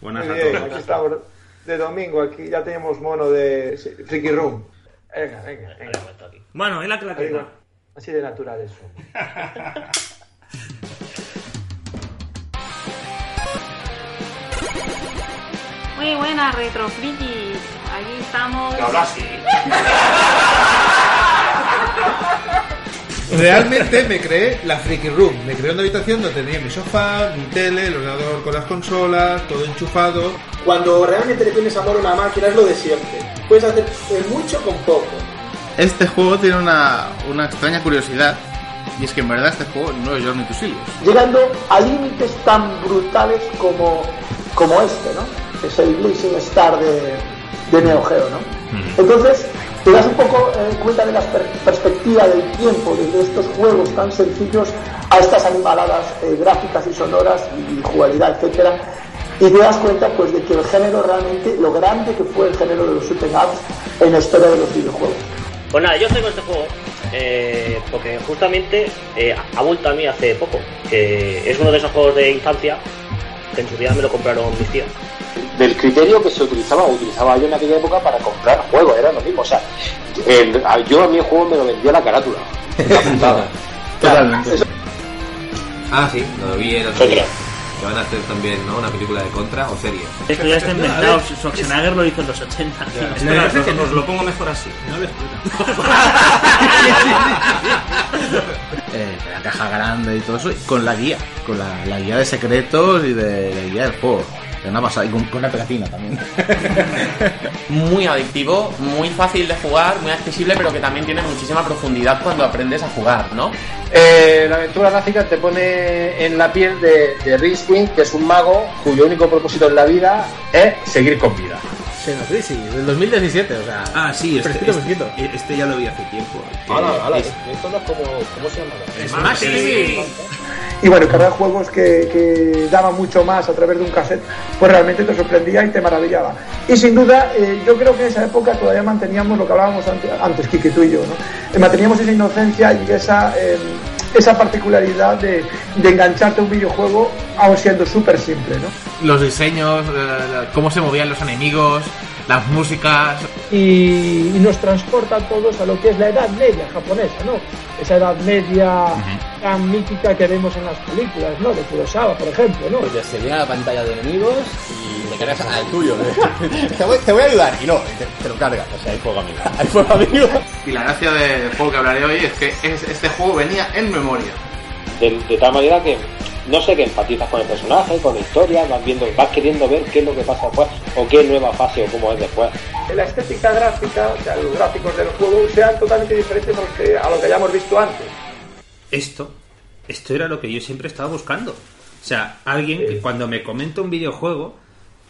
Buenas Muy a bien, todos. aquí estamos de domingo, aquí ya tenemos mono de sí, Freaky Room. Venga, venga, Vale, venga. aguanto aquí. Bueno, y la que la Ahí tienda. va. Así de naturales somos. Muy buenas, Retro Frikis. Aquí estamos. No hablo así. Realmente me creé la Freaky Room. Me creé una habitación donde tenía mi sofá, mi tele, el ordenador con las consolas, todo enchufado. Cuando realmente le tienes amor a una máquina es lo de siempre. Puedes hacer eh, mucho con poco. Este juego tiene una, una extraña curiosidad. Y es que en verdad este juego no es Journey to Silvius. Llegando a límites tan brutales como, como este, ¿no? Es el Blazing Star de, de Neo Geo, ¿no? Entonces, te das un poco eh, cuenta de la per- perspectiva del tiempo, desde estos juegos tan sencillos a estas animaladas eh, gráficas y sonoras y jugabilidad, etcétera, y te das cuenta pues de que el género realmente, lo grande que fue el género de los shooting ups en la historia de los videojuegos. Pues nada, yo traigo este juego eh, porque justamente eh, ha vuelto a mí hace poco. Que es uno de esos juegos de infancia que en su día me lo compraron mis tías. del criterio que se utilizaba o utilizaba yo en aquella época para comprar juegos, era lo mismo. O sea, el- a- yo a mi juego me lo vendía la carátula. La puntada. Totalmente. Eso- Ah, sí, lo vi el otro día. Que van a hacer también, ¿no? Una película de Contra o serie. Esto ya está inventado. Schwarzenegger lo hizo en los 80. Espera, que os lo pongo mejor así. Eh, la caja grande y todo eso. y con la guía. Con la, la guía de secretos y de la guía del juego. Es una pasada. Y con, con una pegatina también. Muy adictivo, muy fácil de jugar, muy accesible, pero que también tiene muchísima profundidad cuando aprendes a jugar, ¿no? Eh, la aventura gráfica te pone en la piel de, Eh, de Rinskin, que es un mago cuyo único propósito en la vida es seguir con vida. Xenocrisis, del 2017, o sea. Ah, sí, este, Fresquito, este, fresquito. e- este ya lo vi hace tiempo. Que Eh, es- Esto no es como. ¿Cómo se llama? Y bueno, que había juegos que, que daban mucho más a través de un cassette, pues realmente te sorprendía y te maravillaba. Y sin duda, eh, yo creo que en esa época todavía manteníamos lo que hablábamos ante- antes, Kiki, tú y yo, ¿no? Eh, manteníamos esa inocencia y esa, eh, esa particularidad de, de engancharte a un videojuego aun siendo súper simple, ¿no? Los diseños, eh, la- cómo se movían los enemigos, las músicas. y, y nos transporta a todos a lo que es la Edad Media japonesa, ¿no? Esa Edad Media tan mítica que vemos en las películas, ¿no? De Kurosawa, por ejemplo, ¿no? se viene a la pantalla de enemigos y te cargas al tuyo. ¿eh? te, voy, te voy a ayudar. Y no, te, te lo cargas. O sea, hay juego amigo. Hay juego amigo. Y la gracia del juego que hablaré hoy es que es- este juego venía en memoria. De, de tal manera que no sé que empatizas con el personaje, con la historia, vas viendo, vas queriendo ver qué es lo que pasa después, o qué nueva fase o cómo es después. La estética gráfica, o sea, los gráficos del juego sean totalmente diferentes a los que, a lo que hayamos visto antes. Esto, esto era lo que yo siempre estaba buscando. O sea, alguien que cuando me comenta un videojuego,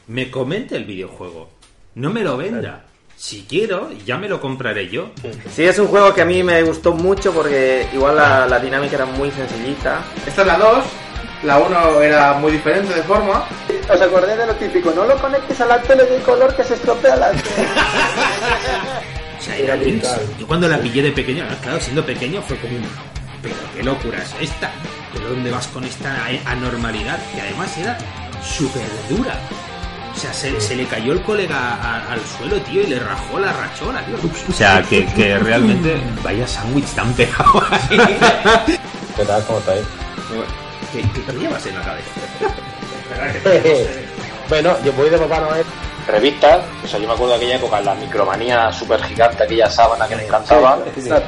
me comente el videojuego. No me lo venda. Si quiero, ya me lo compraré yo. Sí, es un juego que a mí me gustó mucho porque igual la, la dinámica era muy sencillita. Esta es la 2, la 1 era muy diferente de forma. Os acordé de lo típico, no lo conectes a la tele de color que se estropea la tele. O sea, era brutal. Yo cuando la pillé de pequeño, no, claro, siendo pequeño fue como un... Pero qué locura es esta. Pero dónde vas con esta a- anormalidad, que además era súper dura. O sea, se, se le cayó el colega a- al suelo, tío, y le rajó la rachola, tío. O sea, que, que realmente vaya sándwich tan pegado ahí. ¿Qué tal? ¿Cómo estáis? ¿Qué, qué, qué llevas en la cabeza? bueno, yo voy de Papá Noel. Revistas, o sea, yo me acuerdo de aquella época, la micromanía super gigante, aquella sábana que me encantaba,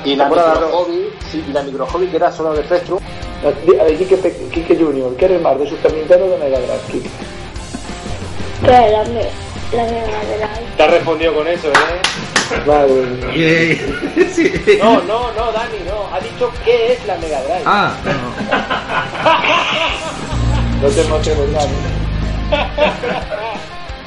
y la microhobby, sí, y la microhobby que era solo de Spectrum, A ver, Kike, Pe- Kike Junior, ¿qué eres más de Super Nintendo o de Mega Drive, Kike? ¿Qué? Pues, La, me- la Mega Drive. Te has respondido con eso, ¿eh? Vale. No, no, no, Dani, no. Ha dicho qué es la Mega Drive. Ah, no. No te emociones, nada.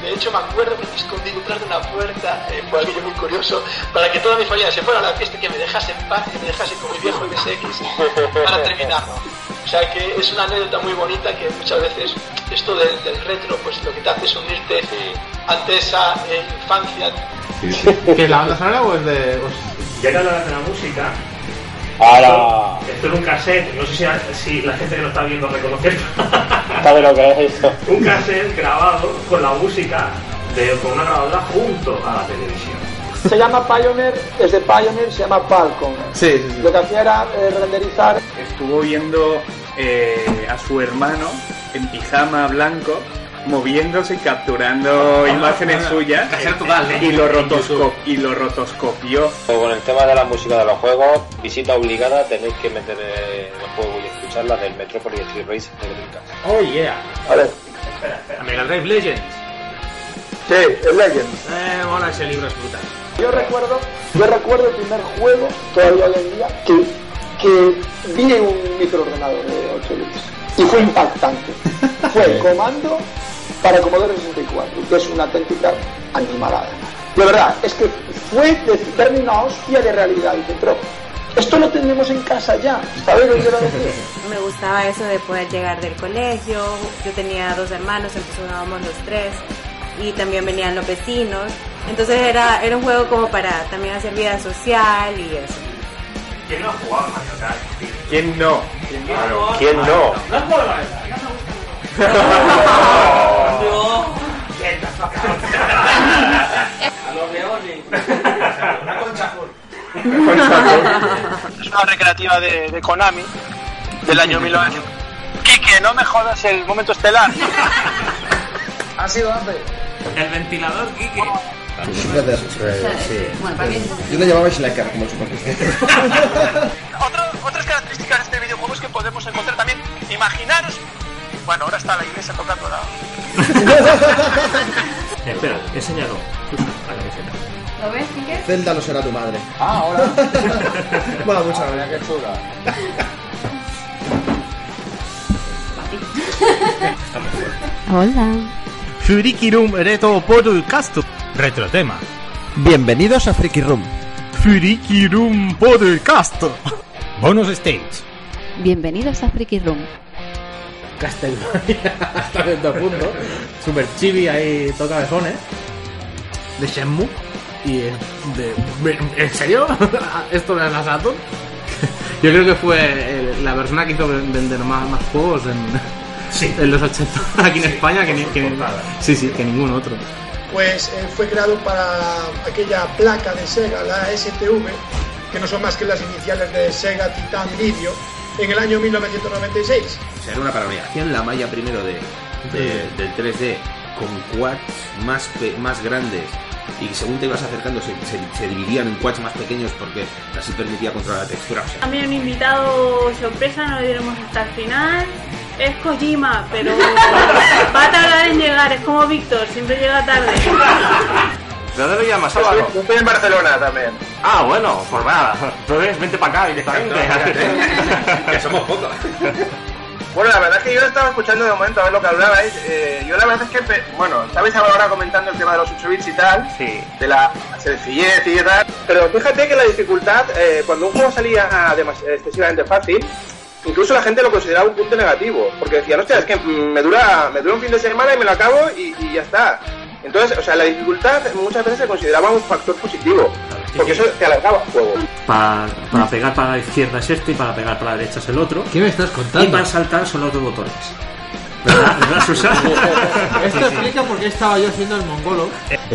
De hecho, me acuerdo que me escondí detrás de una puerta, eh, fue algo muy curioso, para que toda mi familia se fuera a la fiesta y que me dejase en paz y me dejase con mi viejo MSX para terminarlo. O sea que es una anécdota muy bonita que muchas veces esto del, del retro, pues lo que te hace es unirte ante esa eh, infancia ¿Que la banda sonora o es de.? o es- Ya que hablabas de la música, Ahora. Esto es un cassette, no sé si, si la gente que lo está viendo reconoce. ¿Sabes lo que es esto? un cassette grabado con la música de, con una grabadora junto a la televisión. Se llama Pioneer, es de Pioneer, se llama Falcon. Sí, sí, Lo que hacía era eh, renderizar Estuvo viendo eh, a su hermano en pijama blanco moviéndose y capturando imágenes suyas y lo rotosco- y lo rotoscopió. Con el tema de la música de los juegos, visita obligada, tenéis que meter eh, el juego y escucharla del Metropolis Street Race de Dreamcast. Oh yeah. A ver. Espera, espera. Mega Drive Legends. Sí, el Legends. Eh, mola ese libro, es brutal. Yo recuerdo, yo recuerdo el primer juego, todavía hoy en día, que, que vi en un microordenador de 8 bits. Y fue impactante. Fue el comando para Commodore 64, que es una auténtica animalada. De verdad, es que fue de darme una hostia de realidad y dentro. Esto lo tenemos en casa ya, ¿sabes lo que quiero decir? Me gustaba eso de poder llegar del colegio. Yo tenía dos hermanos, entonces jugábamos los tres. Y también venían los vecinos. Entonces era, era un juego como para también hacer vida social y eso. ¿Quién no ha jugado a Mario Kart? tío? ¿Quién no? Claro. ¿Quién no? ¿No has jugado a Mario Kart? No. A los leones. Una concha por. Es una recreativa de, de Konami del año 1900. Kike, no me jodas el momento estelar. ha sido antes. El ventilador, Kike. Bueno, para mí- Yo le llamaba Schlecker, como supongo. Otras características de este videojuego es que podemos encontrar también, imaginaros. Bueno, ahora está la iglesia tocando la. Espera, enséñalo. Para que sepa. ¿Lo ves, Quique? Zelda no será tu madre. Ah, ahora. bueno, muchas gracias, qué chula. Hola. Furikirum Reto Podcast. Retrotema. Bienvenidos a Freaky Room. Furikirum Podcast. Bonus Stage. Bienvenidos a Freaky Room. Castlevania hasta cierto punto. Super chibi ahí toca cabezones. De Shenmue. Y eh, de. ¿En serio? ¿Esto era la Saturn? Yo creo que fue el- la persona que hizo vender más, más juegos en, en los 80 aquí en España que, ni- que- sí, sí, que ningún otro. pues eh, fue creado para aquella placa de Sega, la STV, que no son más que las iniciales de Sega Titan Video, en el año 1996. O sea, era una parodiación la malla primero de, de- del 3D con quads más, pe- más grandes y según te ibas acercando se, se- se dividían en quads más pequeños porque así permitía controlar la textura. O sea, También un invitado sorpresa, no lo diremos hasta el final. Es Kojima, pero va a tardar en llegar, es como Víctor, siempre llega tarde. ¿De dónde lo llamas Yo estoy en Barcelona también. Ah, bueno, por nada. Entonces vente para acá directamente. que somos pocos. Bueno, la verdad es que yo lo estaba escuchando de momento a ver lo que hablabais. Eh, yo la verdad es que, pe- bueno, estabais ahora comentando el tema de los 8 bits y tal, de la sencillez y tal. Pero fíjate que la dificultad, eh, cuando un juego salía demas- excesivamente fácil, incluso la gente lo consideraba un punto negativo. Porque decían, hostia, es que mm, me dura, me dura un fin de semana y me lo acabo y, y ya está. Entonces, o sea, la dificultad muchas veces se consideraba un factor positivo. Porque eso te alargaba el juego. para, para pegar para la izquierda es este y para pegar para la derecha es el otro. ¿Qué me estás contando? Y para saltar son los dos botones. ¿Verdad, ¿verdad mm, Susana? Ah, Esto explica por qué estaba yo haciendo el mongolo.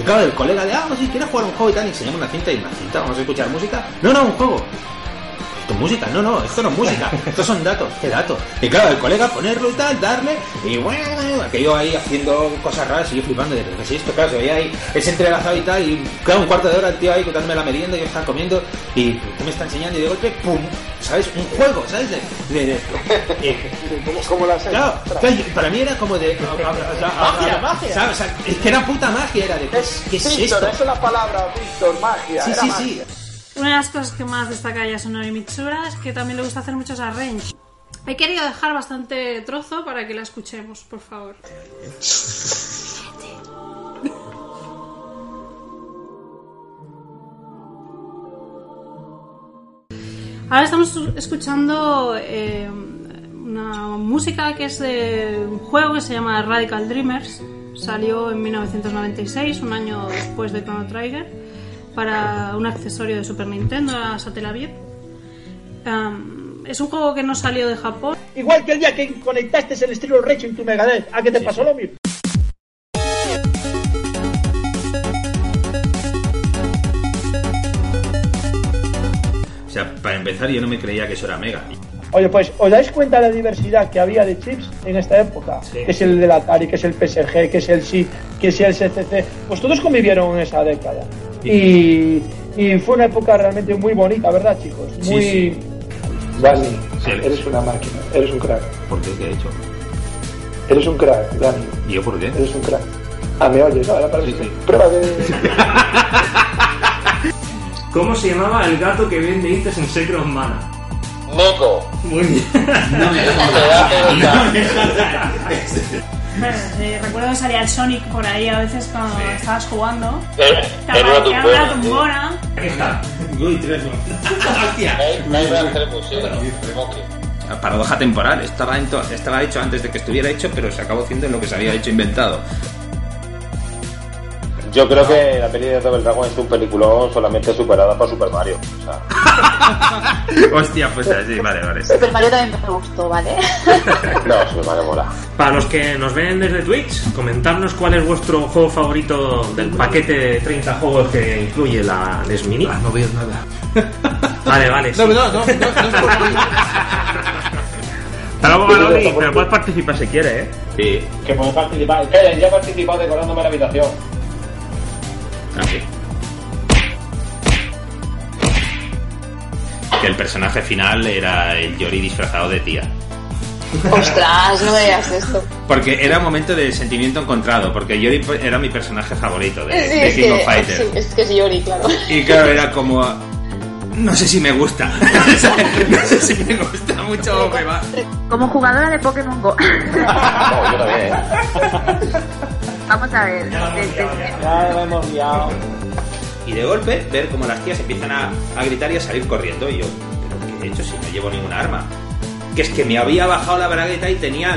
claro, el colega de, ah, si quieres jugar un juego y tal, y enseñamos una cinta y una cinta, vamos a escuchar música. No, no, un juego. Esto es música, no, no, esto no es música, estos son datos, qué datos. Y claro, el colega ponerlo y tal, darle, y bueno, aquello ahí haciendo cosas raras y yo flipando de pero ¿qué es esto, claro, se veía ahí, es entrelazado y tal, y claro, un cuarto de hora el tío ahí contándome la merienda, yo estaba comiendo, y tú me está enseñando y de golpe, ¡pum! ¿Sabes? Un juego, ¿sabes? De, de- de- ¿Cómo, cómo la Claro, claro, yo- para mí era como de. o- o- o- o- Magia, o- magia. ¿sabes? O sea, es que era puta magia, era de. ¿Qué es, qué es Víctor, esto? eso es la palabra, Víctor, magia. Sí, era sí, magia. sí. Una de las cosas que más destaca Yasunori Mitsura es que también le gusta hacer muchos arranges. He querido dejar bastante trozo para que la escuchemos, por favor. Ahora estamos escuchando eh, una música que es de un juego que se llama Radical Dreamers. Salió en 1996, un año después de Chrono Trigger, para un accesorio de Super Nintendo, la Satellaview. Am, es un juego que no salió de Japón. Igual que el día que conectaste el estilo Recho en tu Megadeth, ¿a qué te pasó lo mismo? O sea, para empezar yo no me creía que eso era Mega. Oye, pues, ¿os dais cuenta de la diversidad que había de chips en esta época? Que es el del Atari, que es el PSG, que es el SI, que es el CCC. Pues todos convivieron en esa década. Y, y fue una época realmente muy bonita, ¿verdad, chicos? Sí, Muy... sí. Dani, eres una máquina, eres un crack. ¿Por qué? ¿Qué he hecho? Eres un crack, Dani, ¿Y yo por qué? eres un crack. Ah, me oyes, ¿no? Ahora para Prueba de... ¿Cómo se llamaba el gato que vende hites en Secret of Mana? Neko. Muy bien. No me jodas. Bueno, sí, eh, recuerdo que salía el Sonic por ahí a veces cuando estabas jugando. Te En una aparecía una tumbona. tumbona. Aquí está. Uy, tres no. Hostia. Nightmare Tremus, sí. Remote. La Paradoja temporal. Estaba, en to- estaba hecho antes de que estuviera hecho, pero se acabó haciendo lo que se había hecho inventado. Yo creo que la peli de Double Dragon es un peliculón solamente superada por Super Mario. O sea, Hostia, pues así, vale, vale. Super Mario también me gustó, ¿vale? no, Super Mario mola. Para los que nos ven desde Twitch, comentarnos cuál es vuestro juego favorito del paquete de 30 juegos que incluye la NES Mini. no veo nada. Vale, vale. sí. No, no, no, no, Hasta luego, Manoli, pero puedes participar si quieres, ¿eh? Sí. Que puedo participar. Que ya he participado decorándome la habitación. Que el personaje final era el Yori disfrazado de tía. Ostras, no veas esto. Porque era un momento de sentimiento encontrado, porque Yori era mi personaje favorito de, sí, de es, King que, of Fighters. sí, es que es Yori, claro. Y claro, era como. No sé si me gusta. no sé si me gusta mucho o me va. Como jugadora de Pokémon Go. yo también, Vamos a ver. Ya lo hemos liado. Y de golpe, ver como las tías empiezan a, a gritar y a salir corriendo. Y yo, ¿pero qué he hecho si no llevo ninguna arma? Que es que me había bajado la bragueta y tenía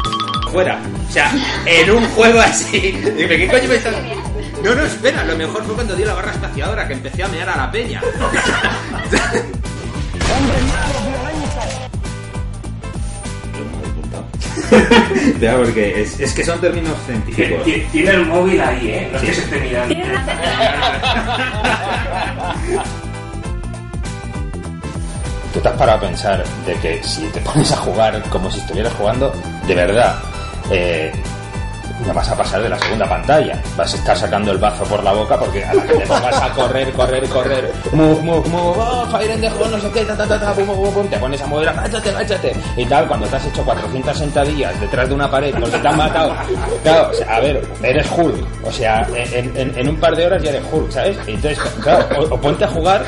fuera. O sea, en un juego así. Dime, ¿qué coño me estás.? No, no, espera, lo mejor fue cuando di la barra espaciadora, que empecé a mear a la peña. Ya, porque es, es que son términos científicos. Tiene el móvil ahí, ¿eh? No es que se esté mirando. Tú te has parado a pensar de que si te pones a jugar como si estuvieras jugando, de verdad, eh, no vas a pasar de la segunda pantalla. Vas a estar sacando el bazo por la boca porque a la que te pongas a correr, correr, correr, move, move, move, oh, fire and the hole, no sé qué, ta, ta, ta, ta, pum, pum, pum, pum, te pones a mover, agáchate, agáchate, y tal, cuando te has hecho 400 sentadillas detrás de una pared porque te han matado. Claro, o sea, a ver, eres Hulk, o sea, en, en- en un par de horas ya eres Hulk, ¿sabes? Entonces, claro, o- o ponte a jugar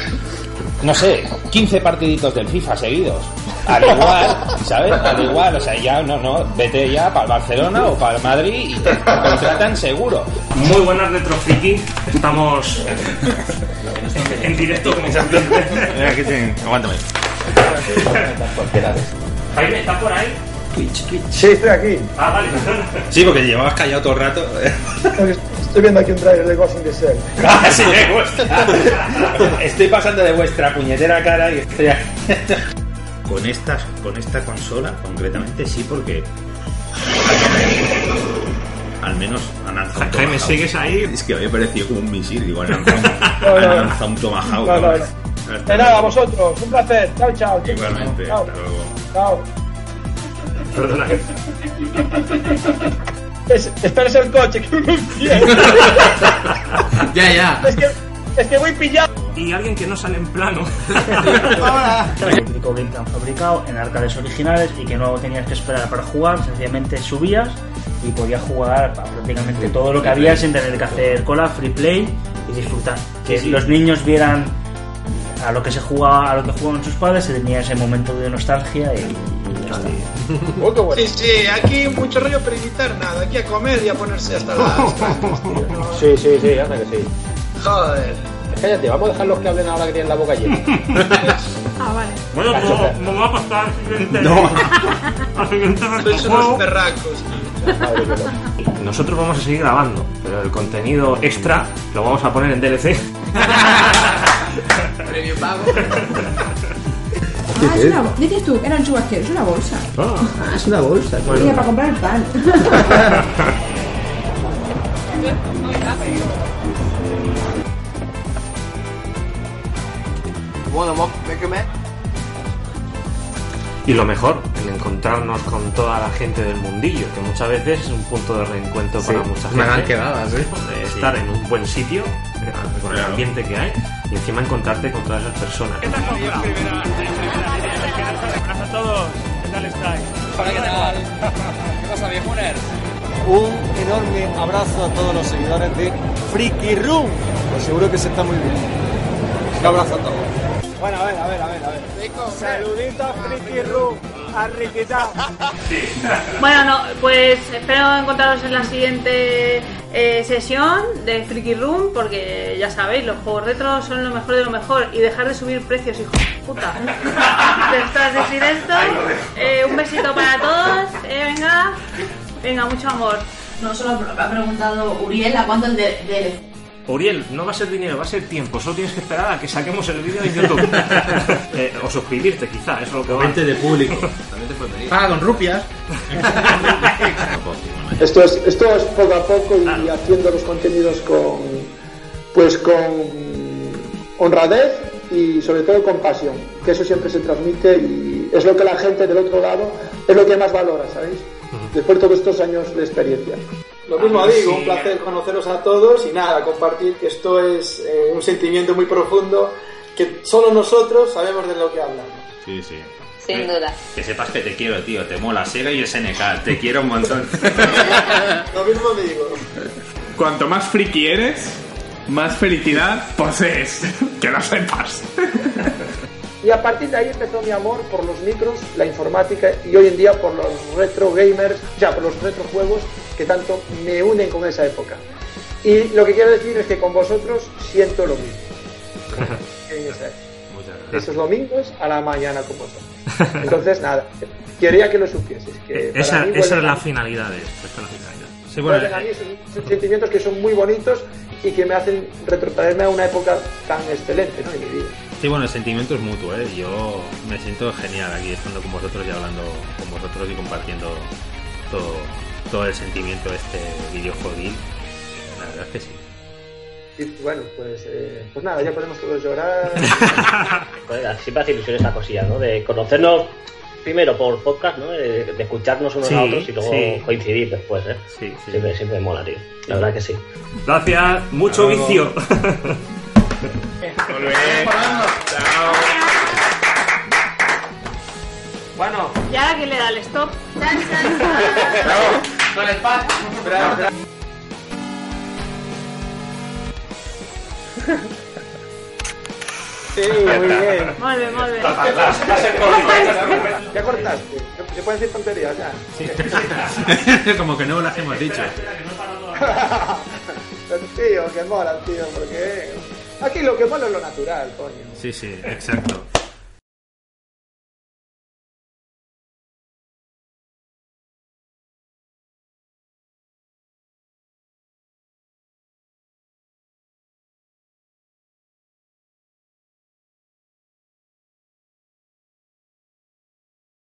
no sé, 15 partiditos del FIFA seguidos. Al igual, ¿sabes? Al igual, o sea, ya no, no, vete ya para el Barcelona o para el Madrid y te contratan seguro. Muy buenas retrofriki. Estamos en directo comenzando. Eh, Aguántame. Jaime, ¿está por ahí? Twitch, Twitch. Sí, estoy aquí. Ah, vale. Sí, porque llevabas callado todo el rato. Estoy viendo aquí un trailer de Ghost in the Shell. Ah, Así me gusta. Estoy pasando de vuestra puñetera cara y estoy aquí. Con esta, con esta consola, concretamente sí, porque. Al menos han lanzado un Jaime, Tomahawk. ¿sigues ahí? Es que me había parecido como un misil, digo, han lanzado un- No, no, han no. lanzado un Tomahawk. No, no, Hasta De nada, a vosotros. Un placer. Chao, chao. chicos. Igualmente, Chao. hasta luego. Chao. Perdona. Es, esperes el coche, que no entiendo. Ya, ya. es, que, es que voy pillado. Y alguien que no sale en plano. Típico game que han fabricado en arcades originales y que no tenías que esperar para jugar, sencillamente subías y podías jugar a prácticamente todo lo que free había play. sin tener que hacer cola, free play y disfrutar. Que Sí, sí. los niños vieran a lo que se jugaba, a lo que jugaban sus padres, se tenía ese momento de nostalgia y, y ya está. Oh, Sí, sí, aquí mucho rollo para imitar nada. Aquí a comer y a ponerse hasta las. Sí, sí, sí, anda que sí. Joder. Cállate, vamos a dejar los que hablen ahora que tienen la boca llena. Ah, vale. Bueno, No, me va a pasar al siguiente. Al siguiente Sois unos perracos. Nosotros vamos a seguir grabando, pero el contenido extra lo vamos a poner en DLC. Premio pago. Ah, es una, dices tú que era un chubasquero, es una bolsa. Ah, es una bolsa. Mira, Bueno. para comprar el pan. Bueno, Mock, ve que me- Y lo mejor, el encontrarnos con toda la gente del mundillo, que muchas veces es un punto de reencuentro para mucha gente. una gran quedada, sí. De estar en un buen sitio, eh, con el ambiente que hay, y encima encontrarte con todas esas personas. Gracias a todos. ¿Qué tal estáis? Hola, ¿qué tal? ¿Qué pasa, viejuner? un enorme abrazo a todos los seguidores de Freaky Room. Pues seguro que se está muy bien. Un abrazo a todos. Bueno, a ver, a ver, a ver, a ver. Saludita a Freaky Room, a Riquita. Bueno, no, pues espero encontraros en la siguiente eh, sesión de Freaky Room, porque ya sabéis, los juegos retro son lo mejor de lo mejor. Y dejar de subir precios, hijo de puta. Después de decir esto, eh, un besito para todos. eh, venga, venga, mucho amor. No solo ha preguntado Uriel a cuánto el de, del- Uriel, no va a ser dinero, va a ser tiempo. Solo tienes que esperar a que saquemos el vídeo de YouTube. Eh, o suscribirte, quizá, eso es lo que va. Gente de público. Paga con rupias. Esto es, esto es poco a poco y haciendo los contenidos con pues con honradez y sobre todo con pasión, que eso siempre se transmite y es lo que la gente del otro lado es lo que más valora, ¿sabéis? Después de todos estos años de experiencia. Lo mismo digo, un placer conoceros a todos y nada, compartir que esto es eh, un sentimiento muy profundo que solo nosotros sabemos de lo que hablamos. Sí, sí. Sin duda. Eh, Que sepas que te quiero, tío. Te mola Sega y SNK. Te quiero un montón. Lo mismo digo. Cuanto más friki eres, más felicidad posees. Que lo sepas. Y a partir de ahí empezó mi amor por los micros, la informática y hoy en día por los retro gamers, ya por los retro juegos que tanto me unen con esa época. Y lo que quiero decir es que con vosotros siento lo mismo. en esa época. Esos domingos a la mañana con vosotros. Entonces, nada, quería que lo supieses. Que para E-, Esa, mí esa es vuelven la a- finalidad. de esto, esta es la finalidad. vuelven a mí esos- esos sentimientos que son muy bonitos y que me hacen retrotraerme a una época tan excelente ¿no? en mi vida. Sí, bueno, el sentimiento es mutuo, ¿eh? Yo me siento genial aquí estando con vosotros y hablando con vosotros y compartiendo todo, todo el sentimiento de este videojueguil. La verdad es que sí. Y bueno, pues, eh, pues nada, ya podemos todos llorar. Joder, Pues siempre hace ilusión esta cosilla, ¿no? De conocernos primero por podcast, ¿no? De, de escucharnos unos Sí, a otros y luego sí. coincidir después, ¿eh? Siempre, siempre mola, tío. La verdad que sí. Gracias, mucho Hasta vicio. luego. Bueno. ¿Y ahora quién le da el stop? Con el pan. Bravo, bravo. Sí, muy bien. Muy bien, muy bien. Ya cortaste. Se pueden decir tonterías ya. Como que no las hemos dicho. tío, eh, que mola, tío, porque. Aquí lo que mola es lo natural, coño. Sí, sí, exacto.